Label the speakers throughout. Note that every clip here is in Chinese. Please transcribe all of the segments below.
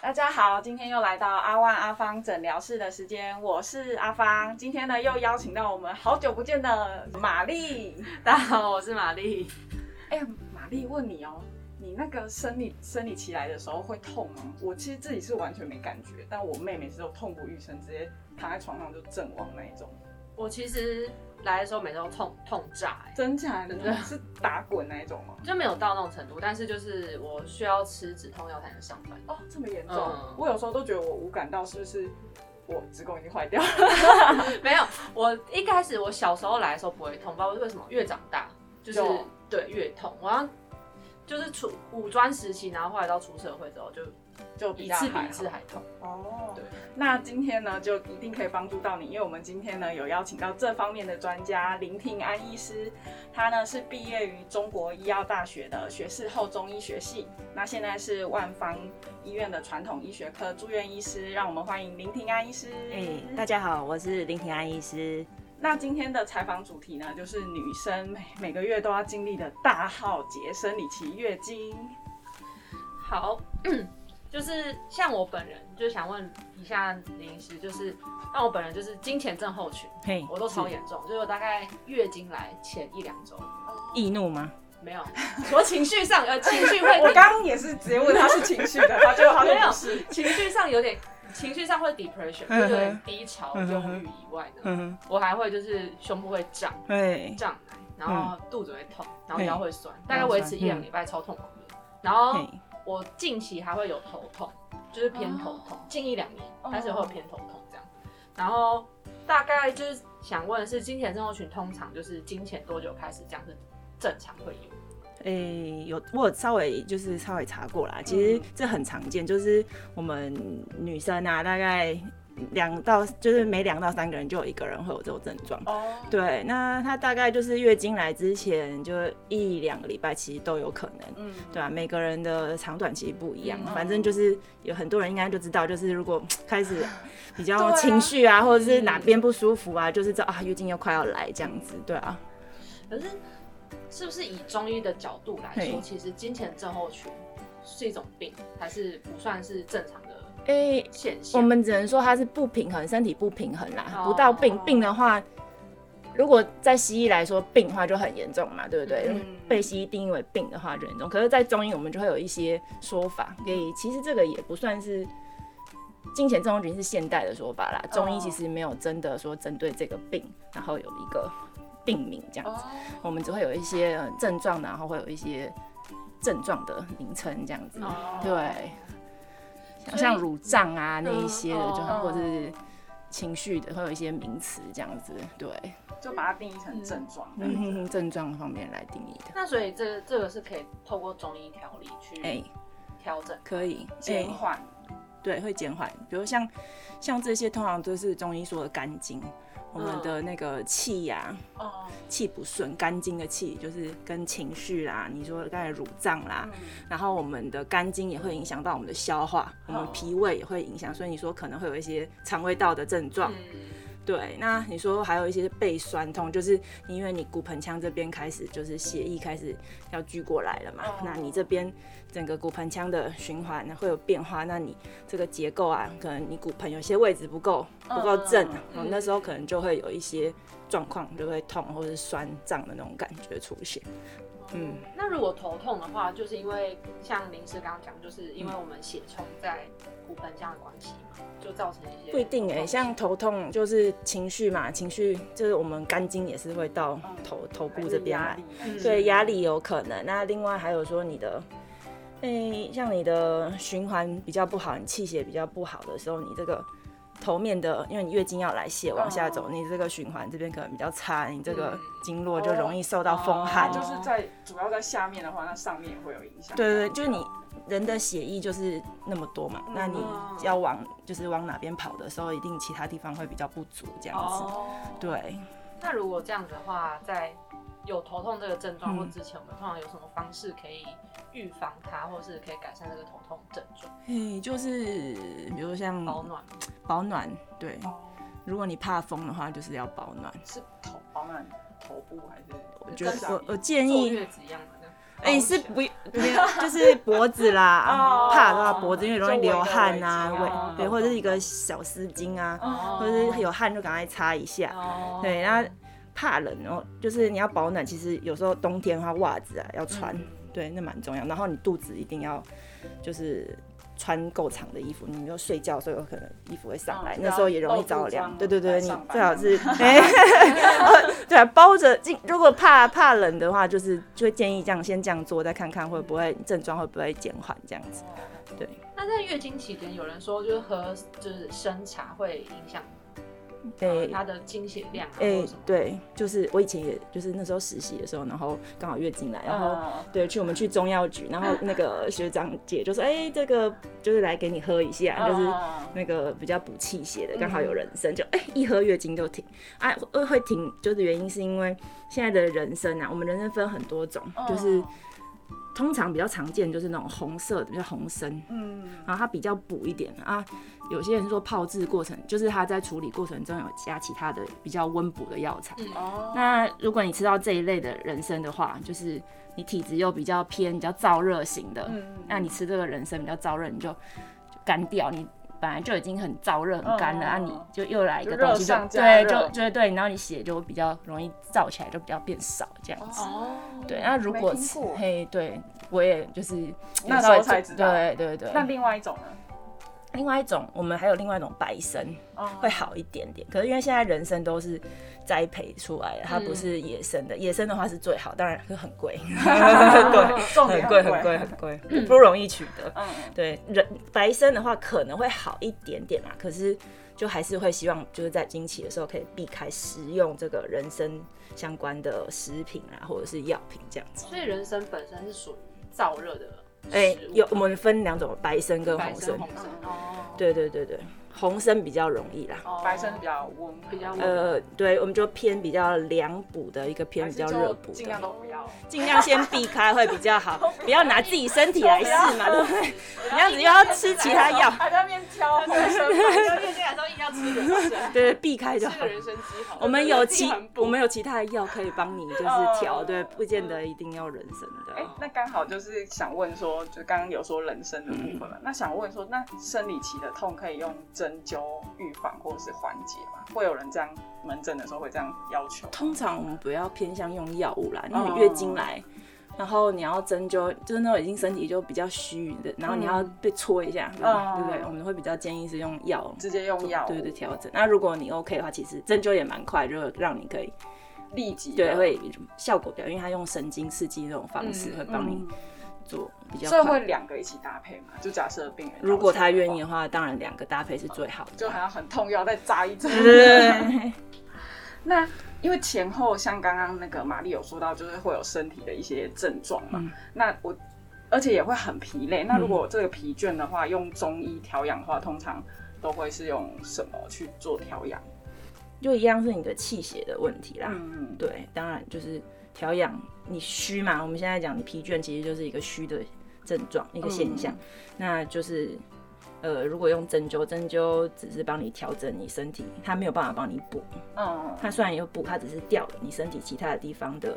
Speaker 1: 大家好，今天又来到阿万阿芳诊疗室的时间，我是阿芳。今天呢，又邀请到我们好久不见的玛 丽。
Speaker 2: 大家好，我是玛丽。
Speaker 1: 哎、玛丽问你哦，你那个生理生理期来的时候会痛吗？我其实自己是完全没感觉，但我妹妹是有痛不欲生，直接躺在床上就阵亡那一种。
Speaker 2: 我其实来的时候每次都痛痛炸、欸，
Speaker 1: 真假的？
Speaker 2: 真的
Speaker 1: 是打滚那一种吗？
Speaker 2: 就没有到那种程度，但是就是我需要吃止痛药才能上班。
Speaker 1: 哦，这么严重？
Speaker 2: 嗯
Speaker 1: 我有时候都觉得我无感到是不是我子宫已经坏掉了？
Speaker 2: 没有，我一开始我小时候来的时候不会痛，不知道为什么，越长大就是
Speaker 1: 就
Speaker 2: 对越痛。我要就是出五专时期，然后后来到出社会之后，就
Speaker 1: 就比
Speaker 2: 一
Speaker 1: 较
Speaker 2: 次比
Speaker 1: 还
Speaker 2: 一次
Speaker 1: 好
Speaker 2: 还痛。
Speaker 1: 哦，
Speaker 2: 对
Speaker 1: 那今天呢，就一定可以帮助到你，因为我们今天呢有邀请到这方面的专家林听安医师，他呢是毕业于中国医药大学的学士后中医学系，那现在是万方医院的传统医学科住院医师，让我们欢迎林听安医师。
Speaker 3: 哎、大家好，我是林庭安医师。
Speaker 1: 那今天的采访主题呢，就是女生每每个月都要经历的大号节生理期月经。
Speaker 2: 好，就是像我本人，就想问一下林医师，就是那我本人就是经前症候群，
Speaker 3: 嘿
Speaker 2: 我都超
Speaker 3: 是
Speaker 2: 严重，就是我大概月经来前一两周。
Speaker 3: 易怒吗？
Speaker 2: 没 有，我情绪上呃情绪会
Speaker 1: 哎我刚刚也是直接问他是情绪的，他结果他说
Speaker 2: 没有
Speaker 1: 不 是。
Speaker 2: 情绪上有点情绪上会 depression，
Speaker 3: 嗯哼
Speaker 2: 就有点低潮、
Speaker 3: 嗯
Speaker 2: 忧
Speaker 3: 哼
Speaker 2: 郁以外呢，
Speaker 3: 嗯，
Speaker 2: 我还会就是胸部会胀
Speaker 3: 对，
Speaker 2: 胀奶，然后肚子会痛，然后
Speaker 3: 嘿
Speaker 2: 腰会酸，大概维持一两
Speaker 3: 嗯
Speaker 2: 礼拜超痛苦的。然后
Speaker 1: 哦
Speaker 3: 嘿
Speaker 2: 我近期还会有头痛，就是偏头痛，近一两年
Speaker 1: 哦
Speaker 2: 开始会有偏头痛这样。然后大概就是想问的是，金钱症候群通常就是金钱多久开始这样是正常会有？
Speaker 3: 诶、有我有稍微就是稍微查过啦，其
Speaker 1: 嗯
Speaker 3: 实这很常见，就是我们女生啊，大概两到就是每两到三个人就有一个人会有这种症状。
Speaker 1: 哦，
Speaker 3: 对，那她大概就是月经来之前就一两个礼拜，其实都有可能。
Speaker 1: 嗯，
Speaker 3: 对啊，每个人的长短其实不一样，
Speaker 1: 嗯
Speaker 3: 反正就是有很多人应该就知道，就是如果开始比
Speaker 1: 对
Speaker 3: 较
Speaker 1: 啊嗯
Speaker 3: 情绪啊，或者是哪边不舒服啊，就是知道啊月经又快要来这样子，对啊，
Speaker 2: 可是，是不是以中医的角度来说，
Speaker 3: 嘿
Speaker 2: 其实金钱症候群是一种病，还是不算是正常的
Speaker 3: 诶、
Speaker 2: 现象？
Speaker 3: 我们只能说它是不平衡，身体不平衡啦，
Speaker 2: 哦
Speaker 3: 不到病病的话，如果在西医来说病的话就很严重嘛，对不对？
Speaker 1: 嗯
Speaker 3: 被西医定义为病的话就很严重，可是，在中医我们就会有一些说法，所以其实这个也不算是。金钱症候群是现代的说法
Speaker 1: 哦
Speaker 3: 啦，中医其实没有真的说针对这个病，然后有一个病名这样子，
Speaker 1: 哦。
Speaker 3: 我们只会有一些呃症状，然后会有一些症状的名称这样子。
Speaker 2: 哦
Speaker 3: 对，像
Speaker 2: 所以
Speaker 3: 像乳胀啊那一些的，
Speaker 2: 嗯
Speaker 3: 就
Speaker 2: 哦
Speaker 3: 或者是情绪的，会有一些名词这样子。对，
Speaker 1: 就把它定义成症状。这样子
Speaker 3: 嗯，症状方面来定义的。
Speaker 2: 那所以这个这个是可以透过中医调理
Speaker 3: 哎、
Speaker 2: 去调整。
Speaker 3: 可以，哎、
Speaker 2: 哦
Speaker 1: 减缓。
Speaker 3: 对，会减缓。比如像像这些，通常都是中医说的肝经，
Speaker 2: 嗯
Speaker 3: 我们的那个气呀、
Speaker 1: 哦，
Speaker 3: 气不顺，肝经的气就是跟情绪啦，你说刚才乳胀啦，
Speaker 2: 嗯
Speaker 3: 然后我们的肝经也会影响到我们的消化，
Speaker 2: 嗯
Speaker 3: 我们脾胃也会影响，所以你说可能会有一些肠胃道的症状。对，那你说还有一些背酸痛，就是因为你骨盆腔这边开始就是血液开始要聚过来了嘛，
Speaker 1: 哦
Speaker 3: 那你这边整个骨盆腔的循环会有变化，那你这个结构啊，可能你骨盆有些位置不够不够正，
Speaker 1: 嗯
Speaker 3: 哦那时候可能就会有一些状况，就会痛或者是酸胀的那种感觉出现。
Speaker 1: 哦
Speaker 3: 嗯，
Speaker 2: 那如果头痛的话，就是因为像林师刚刚讲，就是因为我们血冲在骨盆腔的关系嘛，就造成一些
Speaker 3: 不一定哎、
Speaker 2: 痛
Speaker 3: 像头痛就是情绪嘛，情绪就是我们肝经也是会到头、头部这边
Speaker 1: 嗯压
Speaker 3: 来
Speaker 1: 力，，
Speaker 2: 嗯
Speaker 3: 对压力有可能。那另外还有说你的，哎、像你的循环比较不好，你气血比较不好的时候，你这个头面的，因为你月经要来，血往下走，
Speaker 1: 哦
Speaker 3: 你这个循环这边可能比较差，你这个
Speaker 2: 嗯
Speaker 3: 经络就容易受到风寒。
Speaker 2: 哦
Speaker 1: 就
Speaker 3: 对
Speaker 1: 是在主要在下面的话，那上面也会有影响。
Speaker 3: 对对，就是你人的血液就是那么多嘛，那你
Speaker 2: 嗯
Speaker 3: 要往就是往哪边跑的时候，一定其他地方会比较不足这样子。
Speaker 2: 哦，
Speaker 3: 对，
Speaker 2: 那如果这样的话，在有头痛这个症状
Speaker 3: 嗯
Speaker 2: 或之前，我们通常有什么方式可以预防它，或是可以改善这个头痛症状？
Speaker 3: 嘿，就是比如像
Speaker 2: 保暖，
Speaker 3: 保暖，对，
Speaker 1: 哦，
Speaker 3: 如果你怕风的话，就是要保暖。
Speaker 1: 是头保暖头部还是？
Speaker 3: 我
Speaker 1: 是
Speaker 3: 觉得
Speaker 1: 跟上
Speaker 3: 我
Speaker 1: 面
Speaker 3: 我建
Speaker 2: 坐
Speaker 3: 议
Speaker 2: 月子一样的。
Speaker 3: 哎、你是不不 就是脖子啦
Speaker 1: 哦，
Speaker 3: 怕的话脖子，因为容易
Speaker 1: 就围
Speaker 3: 流
Speaker 1: 个
Speaker 3: 汗
Speaker 1: 围
Speaker 3: 啊，
Speaker 1: 巾
Speaker 3: 围
Speaker 1: 啊
Speaker 3: 对，或者是一个小丝巾啊，
Speaker 1: 哦
Speaker 3: 或者是有汗就赶快擦一下。
Speaker 2: 哦
Speaker 3: 对，然后怕冷，然后就是你要保暖，其实有时候冬天的话袜子啊要穿，
Speaker 1: 嗯
Speaker 3: 对，那蛮重要。然后你肚子一定要就是穿够长的衣服，你就睡觉的时候有可能衣服会上来，
Speaker 1: 哦
Speaker 3: 那时候也容易着
Speaker 1: 露
Speaker 3: 凉。
Speaker 1: 肚
Speaker 3: 对对对，
Speaker 1: 装
Speaker 3: 你
Speaker 1: 上班
Speaker 3: 最好是 哎， 对啊，包着进。如果怕怕冷的话，就是就会建议这样先这样做，再看看会不会症状会不会减缓这样子。
Speaker 2: 那在月经期间，有人说就是喝就是生茶会影响
Speaker 1: 嗯
Speaker 2: 呃
Speaker 3: 对。
Speaker 2: 它的经血量啊，或
Speaker 3: 哎、
Speaker 2: 者什么。
Speaker 3: 对，就是我以前也就是那时候实习的时候，然后刚好月经来，然后
Speaker 1: 嗯
Speaker 3: 对，去我们去中药局，然后那个学长姐就说：“哎、这个就是来给你喝一下，就是
Speaker 1: 嗯
Speaker 3: 那个比较补气血的，刚好有人参，就哎、一喝月经就停。啊，会会停，就是原因是因为现在的人参啊，我们人参分很多种，
Speaker 1: 嗯
Speaker 3: 就是通常比较常见就是那种红色的，就是红参，
Speaker 1: 嗯
Speaker 3: 然后它比较补一点啊。有些人说泡制过程，就是它在处理过程中有加其他的比较温补的药材。
Speaker 1: 哦
Speaker 3: 那如果你吃到这一类的人参的话，就是你体质又比较偏比较燥热型的，
Speaker 1: 嗯
Speaker 3: 那你吃这个人参比较燥热，你就就干掉你。本来就已经很燥热、很干
Speaker 1: 嗯
Speaker 3: 了、啊，你就又来一个
Speaker 1: 就热
Speaker 3: 东西就，
Speaker 1: 上加
Speaker 3: 对，
Speaker 1: 热
Speaker 3: 就就会对，然后你血就会比较容易燥起来，就比较变少这样子。
Speaker 2: 哦，
Speaker 3: 对，那如果
Speaker 1: 没听过
Speaker 3: 嘿，对我也就是
Speaker 1: 那时
Speaker 3: 稍微
Speaker 1: 候才
Speaker 3: 做
Speaker 1: 知道
Speaker 3: 对对对。
Speaker 1: 那另外一种呢？
Speaker 3: 另外一种，我们还有另外一种白参，
Speaker 1: 哦
Speaker 3: 会好一点点。可是因为现在人参都是栽培出来的，它不是野生的。野生的话是最好，当然是很贵，对，
Speaker 1: 哦重
Speaker 3: 很
Speaker 1: 点
Speaker 3: 贵，很贵，很贵，不容易取得。
Speaker 1: 嗯，
Speaker 3: 对，人白参的话可能会好一点点嘛，可是就还是会希望就是在经期的时候可以避开食用这个人参相关的食品啊，或者是药品这样子。
Speaker 2: 所以人参本身是属于燥热的
Speaker 3: 哎、
Speaker 2: 食物
Speaker 3: 有我们分两种，白参跟
Speaker 2: 白
Speaker 3: 红参
Speaker 2: 参、。红参哦，
Speaker 3: 对对对对，红参比较容易啦。
Speaker 2: 哦
Speaker 1: 白参比较温，
Speaker 2: 比较温
Speaker 3: 呃，对，我们就偏比较凉补的一个偏
Speaker 1: 还
Speaker 3: 比
Speaker 1: 是
Speaker 3: 较
Speaker 1: 就
Speaker 3: 热补
Speaker 1: 尽量
Speaker 3: 的，
Speaker 1: 都不 要。
Speaker 3: 尽量先避开会比较 好，不要拿自己身体来试嘛，对不 对？你这样子又要吃其他 药，
Speaker 1: 还在那边挑红参，
Speaker 2: 月经来之后一定要吃人参，
Speaker 3: 对，避开就
Speaker 2: 吃
Speaker 3: 好
Speaker 2: 个。人参鸡好了。
Speaker 3: 我们有
Speaker 2: 自己
Speaker 3: 其
Speaker 2: 很补
Speaker 3: 我们有其他的药可以帮你，就是 调，对，不见得一定要人参
Speaker 1: 哎、
Speaker 3: 的。
Speaker 1: 那刚好就是想问说，就刚刚有说人参的部分嘛，那想问说，那生理期的痛可以用针灸预防或者是缓解吗？会有人这样门诊的时候会这样要求？
Speaker 3: 通常我们不要偏向用药物啦，因
Speaker 1: 哦
Speaker 3: 为月经来。然后你要针灸，就是那种已经身体就比较虚的，然后你要被戳一下，对吧对不对？
Speaker 1: 嗯
Speaker 3: 我们会比较建议是用药，
Speaker 1: 直接用药，
Speaker 3: 对对，调整。那如果你 OK 的话，其实针灸也蛮快，就让你可以
Speaker 1: 立即的
Speaker 3: 对会效果比较，因为它用神经刺激那种方式会帮你
Speaker 1: 嗯
Speaker 3: 做比较
Speaker 1: 所以
Speaker 3: 快。
Speaker 1: 会两个一起搭配嘛？就假设病人
Speaker 3: 如果他愿
Speaker 1: 要求
Speaker 3: 意
Speaker 1: 的
Speaker 3: 的话，当然两个搭配是最好的。
Speaker 1: 话，就还要很痛，又要再扎一针。
Speaker 3: 对，
Speaker 1: 那因为前后像刚刚那个玛丽有说到，就是会有身体的一些症状嘛。
Speaker 3: 嗯
Speaker 1: 那我而且也会很疲累。那如果这个疲倦的话，用中医调养的话，通常都会是用什么去做调养？
Speaker 3: 就一样是你的气血的问题啦。
Speaker 1: 嗯，
Speaker 3: 对，当然就是调养你虚嘛。我们现在讲你疲倦，其实就是一个虚的症状，一个现象。
Speaker 1: 嗯
Speaker 3: 那就是呃，如果用针灸，针灸只是帮你调整你身体，它没有办法帮你补。
Speaker 1: 嗯，
Speaker 3: 它虽然有补，它只是掉了你身体其他的地方的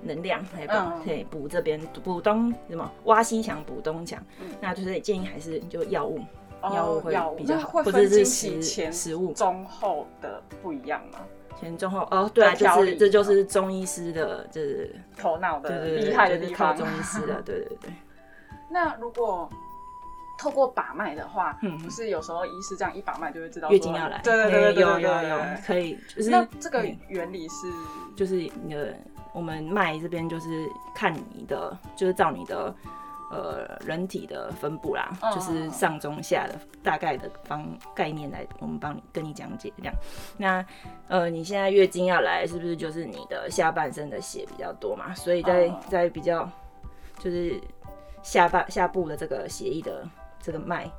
Speaker 3: 能量，来帮
Speaker 1: 嗯
Speaker 3: 可以补这边补东什么挖西墙补东墙，那就是建议还是就药物。
Speaker 1: 嗯哦
Speaker 3: 药物会
Speaker 1: 药物
Speaker 3: 比较
Speaker 1: 那
Speaker 3: 好，
Speaker 1: 会
Speaker 3: 或
Speaker 1: 分
Speaker 3: 者
Speaker 1: 经
Speaker 3: 是
Speaker 1: 期
Speaker 3: 食
Speaker 1: 前、
Speaker 3: 食物
Speaker 1: 中后的不一样吗？
Speaker 3: 前中后哦，对啊，
Speaker 1: 在
Speaker 3: 就
Speaker 1: 调
Speaker 3: 是
Speaker 1: 理
Speaker 3: 这就是中医 师的，就是
Speaker 1: 头脑
Speaker 3: 对
Speaker 1: 的
Speaker 3: 对对，
Speaker 1: 厉害的
Speaker 3: 就是
Speaker 1: 地
Speaker 3: 靠
Speaker 1: 方。
Speaker 3: 中医师 的，对对对。
Speaker 1: 那如果透过把脉的话，
Speaker 3: 嗯
Speaker 1: 不是有时候医师这样一把脉就会知道
Speaker 3: 月
Speaker 1: 说
Speaker 3: 经要来，
Speaker 1: 对对对对对
Speaker 3: 有
Speaker 1: 对
Speaker 3: 有
Speaker 1: 对
Speaker 3: 有
Speaker 1: 对，
Speaker 3: 可以，就是
Speaker 1: 那这个
Speaker 3: 嗯
Speaker 1: 原理是
Speaker 3: 就是你的我们脉这边就是看你的，就是照你的呃人体的分布啦，
Speaker 1: 嗯
Speaker 3: 就是上中下的大概的方概念来，我们帮你跟你讲解这样。那呃，你现在月经要来，是不是就是你的下半身的血比较多嘛？所以在、
Speaker 1: 嗯
Speaker 3: 在比较就是下半下部的这个血液的这个脉。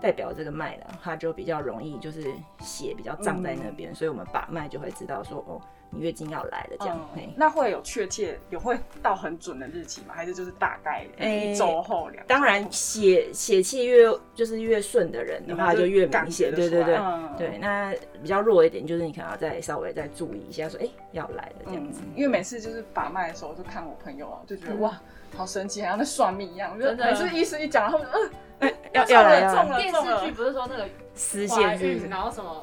Speaker 3: 代表这个脉呢，它就比较容易就是血比较胀在那
Speaker 1: 嗯
Speaker 3: 边，所以我们把脉就会知道说哦，你月经要来了这样。嘿
Speaker 1: 那会有确切有会到很准的日期吗？还是就是大概
Speaker 3: 诶
Speaker 1: 一周后两周后？
Speaker 3: 当然血血气越就是越顺的人的话，就越明显。对对对、
Speaker 1: 嗯
Speaker 3: 对，那比较弱一点，就是你可能要再稍微再注意一下，说哎、要来了这样
Speaker 1: 嗯
Speaker 3: 子。，嗯
Speaker 1: 因为每次就是把脉的时候，就看我朋友啊，就觉得、哇，好神奇，好像在算命一样。我觉得
Speaker 2: 真的
Speaker 1: 每次医生一讲，他们就嗯，
Speaker 3: 要
Speaker 1: 中
Speaker 3: 要
Speaker 1: 了
Speaker 3: 来要
Speaker 1: 中
Speaker 3: 来
Speaker 1: 了
Speaker 2: 电
Speaker 1: 中
Speaker 2: 视剧
Speaker 1: 了，
Speaker 2: 不是说那个
Speaker 3: 丝
Speaker 2: 怀
Speaker 3: 线是不
Speaker 2: 孕，啊
Speaker 3: 是
Speaker 2: 然后什么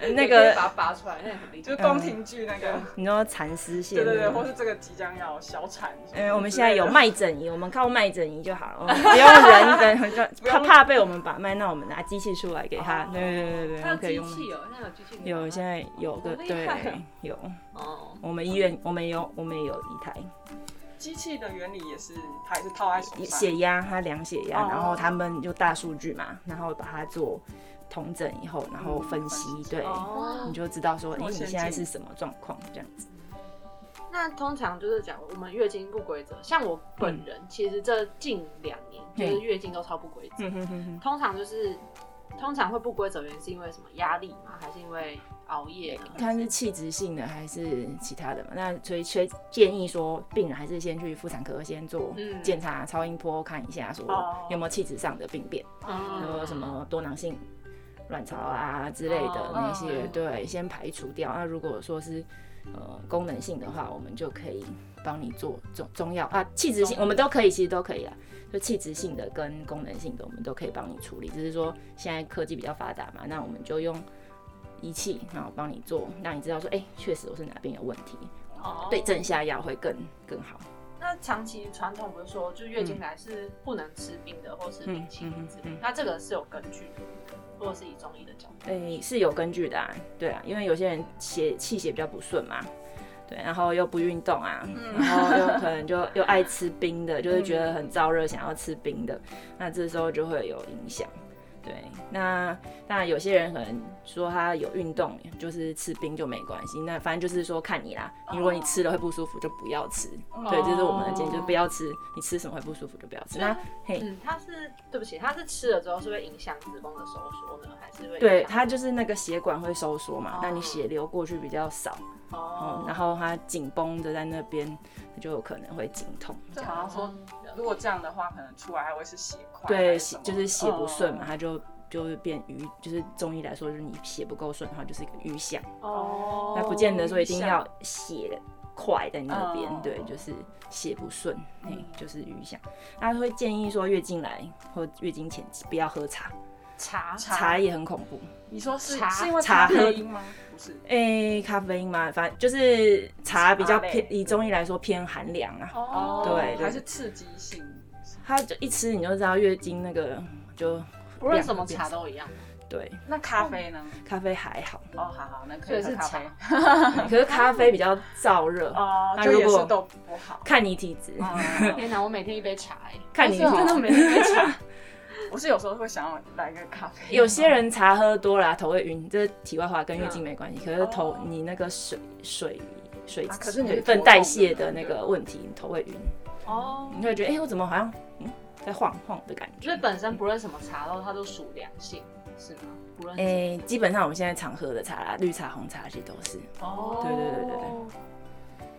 Speaker 3: 那
Speaker 2: 就可以
Speaker 3: 个
Speaker 2: 把它拔出来，那也很厉
Speaker 1: 就是
Speaker 2: 害。
Speaker 1: 宫廷剧那个，
Speaker 3: 你说蚕丝线
Speaker 1: 对
Speaker 3: 是
Speaker 1: 对
Speaker 3: 不是，
Speaker 1: 对，或是这个即将要小产什么之类的。
Speaker 3: 嗯，我们现在有脉诊仪，我们靠脉诊仪就好了，我们不用人跟，怕怕被我们把脉，那我们拿机器出来给他
Speaker 2: 哦。
Speaker 3: 对对对对，我
Speaker 2: 还有
Speaker 3: 们可以
Speaker 2: 机
Speaker 3: 用。
Speaker 2: 器哦，现在有机器可以拔
Speaker 3: 有现在有
Speaker 2: 好
Speaker 3: 个
Speaker 2: 厉
Speaker 3: 对
Speaker 2: 害哦
Speaker 3: 有，
Speaker 2: 哦，
Speaker 3: 我们医院我们有我们也有一台
Speaker 1: 机器的原理也是，它也是套在手上。
Speaker 3: 血压，它量血压，
Speaker 1: 哦
Speaker 3: 然后他们就大数据嘛，然后把它做同诊以后，然后
Speaker 1: 嗯
Speaker 3: 分析
Speaker 1: 分，析
Speaker 3: 对，
Speaker 2: 哦
Speaker 3: 你就知道说，哎，
Speaker 1: 多
Speaker 3: 你
Speaker 1: 先
Speaker 3: 现在
Speaker 1: 进
Speaker 3: 是什么状况这样子。
Speaker 2: 那通常就是讲我们月经不规则，像我本人其实这近两年就是月经都超不规则，
Speaker 3: 嗯哼哼哼，
Speaker 2: 通常就是通常会不规则，原因是因为什么压力吗？还是因为熬夜呢？
Speaker 3: 看是器质性的还是其他的嘛？那所以所以建议说，病人还是先去妇产科先做
Speaker 2: 嗯
Speaker 3: 检查，超音波看一下，说
Speaker 1: 哦
Speaker 3: 有没有器质上的病变，比如
Speaker 2: 嗯
Speaker 3: 说什么多囊性卵巢啊之类的
Speaker 2: 哦
Speaker 3: 那些
Speaker 1: 嗯，
Speaker 3: 对，先排除掉。那如果说是呃功能性的话，我们就可以帮你做中中药啊，器质性我们都可以，其实都可以啦。就器质性的跟功能性的，我们都可以帮你处理。只是说现在科技比较发达嘛，那我们就用仪器，然后帮你做，让你知道说，哎、确实我是哪边有问题，
Speaker 2: 哦
Speaker 3: 对症下药会更更好。
Speaker 2: 那长期传统不是说，就是月经来是不能吃冰的，或是冰淇淋之类的
Speaker 3: 嗯嗯嗯嗯
Speaker 2: 那这个是有根据的，或者是以中医的角度。
Speaker 3: 哎、是有根据的、啊，对啊，因为有些人血气血比较不顺嘛，对，然后又不运动啊，然后又可能就又爱吃冰的，就是觉得很燥热，想要吃冰的，那这时候就会有影响。对，那当然有些人可能说他有运动，就是吃冰就没关系，那反正就是说看你啦，你如果你吃了会不舒服就不要吃，
Speaker 2: 哦
Speaker 3: 对，这是我们的建议，就不要吃，你吃什么会不舒服就不要吃。那嘿，
Speaker 2: 嗯，它是对不起，它是吃了之后是会影响子宫的收缩呢，还是会
Speaker 3: 对，
Speaker 2: 影响
Speaker 3: 它就是那个血管会收缩
Speaker 2: 哦，
Speaker 3: 嘛那你血流过去比较少，
Speaker 2: 哦
Speaker 3: 哦，，然后它紧绷着在那边，就有可能会经痛。
Speaker 1: 就好像说，如果这样的话，可能出来还会是血块，还
Speaker 3: 对，
Speaker 1: 什
Speaker 3: 血
Speaker 1: 么
Speaker 3: 就是血不顺嘛，
Speaker 1: 嗯
Speaker 3: 它就就会变瘀，就是中医来说，就是你血不够顺的话，就是一个瘀象。
Speaker 2: 哦，
Speaker 3: 那不见得说一定
Speaker 1: 像
Speaker 3: 要血块在那边
Speaker 1: 哦，
Speaker 3: 对，就是血不顺，嘿，就是瘀象。那会建议说月经来或月经前不要喝茶，
Speaker 2: 茶
Speaker 1: 茶
Speaker 3: 茶也很恐怖。
Speaker 1: 你说是
Speaker 2: 茶
Speaker 1: 是因为
Speaker 3: 茶
Speaker 1: 咖
Speaker 3: 喝
Speaker 1: 啡因吗？不是，
Speaker 3: 诶、咖啡因嘛，反正就是茶比较
Speaker 1: 茶类
Speaker 3: 偏，以中医来说偏寒凉啊。
Speaker 2: 哦，
Speaker 3: 对对
Speaker 1: 还是刺激性。
Speaker 3: 它就一吃你就知道月经那个就
Speaker 2: 不论什么茶都一样，
Speaker 3: 对，
Speaker 1: 那咖啡呢？
Speaker 3: 咖啡还好，
Speaker 1: 哦，好好，那可
Speaker 2: 所以
Speaker 1: 以
Speaker 2: 是
Speaker 1: 喝咖啡
Speaker 2: 茶。
Speaker 3: 可是咖啡比较燥热，
Speaker 1: 哦，
Speaker 3: 那
Speaker 1: 就
Speaker 3: 如
Speaker 1: 也
Speaker 3: 果
Speaker 1: 是都不好。
Speaker 3: 看你体质，
Speaker 1: 嗯
Speaker 2: 天哪，我每天一杯茶哎，
Speaker 3: 看你
Speaker 1: 是哦
Speaker 2: 真的每天一杯茶，
Speaker 1: 我是有时候会想要来个咖啡，
Speaker 3: 有些人茶喝多了啊、头会晕，这是题外话，跟
Speaker 1: 啊
Speaker 3: 月经没关系。可是头你那个水水水
Speaker 1: 哦啊可是你是
Speaker 3: 水
Speaker 1: 头
Speaker 3: 分
Speaker 1: 痛
Speaker 3: 代谢的那个问题，你头会晕，
Speaker 2: 哦，
Speaker 3: 你会觉得哎、我怎么好像嗯在晃晃的感觉
Speaker 2: 就是。本身不论什么茶都它都属凉性，是吗？
Speaker 1: 嗯
Speaker 2: 不论什
Speaker 3: 哎、
Speaker 2: 么
Speaker 3: 基本上我们现在常喝的茶啦，绿茶、红茶其实都是。
Speaker 2: 哦
Speaker 3: 对对对对对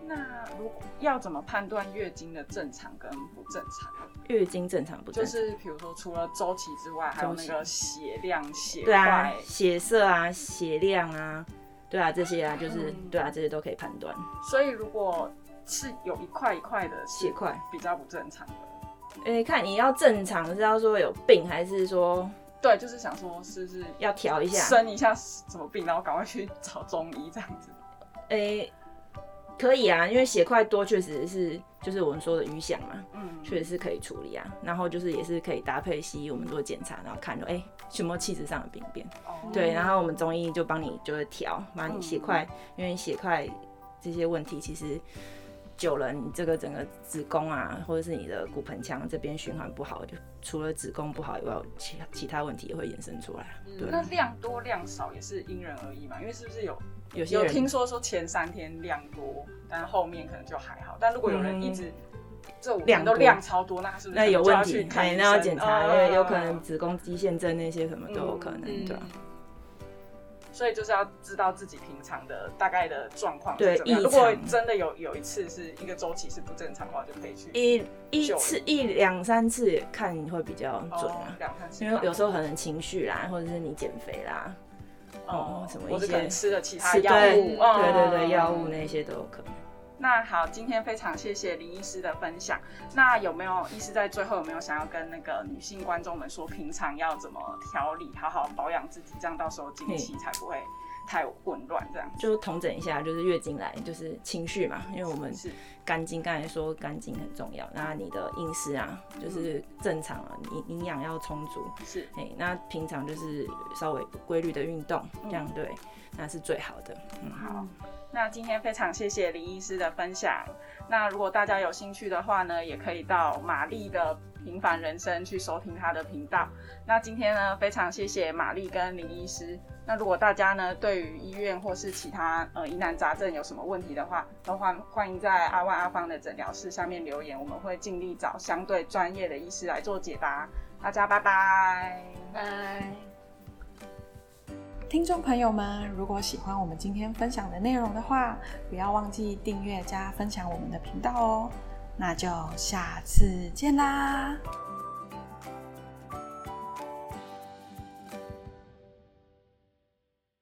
Speaker 1: 那如果要怎么判断月经的正常跟不正常？
Speaker 3: 月经正常不正
Speaker 1: 就
Speaker 3: 常？
Speaker 1: 是比如说，除了周期之外，还有那个血量、血
Speaker 3: 对啊
Speaker 1: 块，，
Speaker 3: 血色啊，血量啊，对啊，这些啊，就是、
Speaker 1: 嗯
Speaker 3: 对啊，这些都可以判断。
Speaker 1: 所以如果是有一块一块的是
Speaker 3: 血块
Speaker 1: 比较不正常的。
Speaker 3: 诶、哎看你要正常是要说有病，还是说
Speaker 1: 对，就是想说是不是
Speaker 3: 要调一下？
Speaker 1: 生一下什么病，然后赶快去找中医这样子。
Speaker 3: 诶、哎可以啊，因为血块多确实是就是我们说的瘀象嘛，
Speaker 1: 嗯，
Speaker 3: 确实是可以处理啊。然后就是也是可以搭配西医，我们做检查，然后看说诶、有没有气质上的病变。
Speaker 1: 哦
Speaker 3: 对，然后我们中医就帮你就是调，把你血块，因为血块这些问题其实久了，你这个整个子宫啊，或者是你的骨盆腔这边循环不好，就除了子宫不好以外，其其他问题也会衍生出来。对，
Speaker 2: 嗯
Speaker 1: 那量多量少也是因人而异嘛，因为是不是有
Speaker 3: 有些
Speaker 1: 有
Speaker 3: 人
Speaker 1: 听说说前三天量多，但后面可能就还好。但如果有人一直这五年都量超多，那是不是
Speaker 3: 那有
Speaker 1: 就
Speaker 3: 问
Speaker 1: 要去
Speaker 3: 题，
Speaker 1: 看
Speaker 3: 哎，
Speaker 1: 医
Speaker 3: 那要
Speaker 1: 生
Speaker 3: 检查，因
Speaker 1: 嗯
Speaker 3: 为有可能子宫肌腺症那些什么都有可能，
Speaker 2: 嗯
Speaker 3: 对吧？啊
Speaker 1: 所以就是要知道自己平常的大概的状况是
Speaker 3: 对
Speaker 1: 怎么样。
Speaker 3: 异
Speaker 1: 如果
Speaker 3: 常
Speaker 1: 真的有有一次是一个周期是不正常的话，就可以去
Speaker 3: 一一
Speaker 1: 久
Speaker 3: 次一两三次也看会比较准
Speaker 1: 哦
Speaker 3: 啊，
Speaker 1: 两三次
Speaker 3: 因为有时候可能情绪啦，或者是你减肥啦，
Speaker 1: 哦
Speaker 3: 哦什么
Speaker 1: 或
Speaker 3: 一
Speaker 1: 者可能
Speaker 3: 些
Speaker 1: 吃了其他
Speaker 3: 吃对
Speaker 1: 药物，嗯
Speaker 3: 对对对，药物那些都有可能。
Speaker 1: 那好，今天非常谢谢林医师的分享。那有没有医师在最后有没有想要跟那个女性观众们说，平常要怎么调理，好好保养自己，这样到时候经期才不会太混乱这样子？
Speaker 3: 就统整一下，就是月经来就是情绪嘛，因为我们
Speaker 1: 是
Speaker 3: 肝经刚才说肝经很重要，那你的饮食啊就是
Speaker 1: 嗯
Speaker 3: 正常啊，你营养要充足，
Speaker 1: 是，
Speaker 3: 哎、那平常就是稍微规律的运动，这样
Speaker 1: 嗯
Speaker 3: 对，那是最好的。
Speaker 1: 好。那今天非常谢谢林医师的分享。那如果大家有兴趣的话呢，也可以到玛丽的平凡人生去收听她的频道。那今天呢，非常谢谢玛丽跟林医师。那如果大家呢对于医院或是其他呃疑难杂症有什么问题的话，都欢欢迎在阿万阿芳的诊疗室下面留言，我们会尽力找相对专业的医师来做解答。大家拜拜。
Speaker 2: 拜。
Speaker 4: 听众朋友们，如果喜欢我们今天分享的内容的话，不要忘记订阅加分享我们的频道哦。那就下次见啦！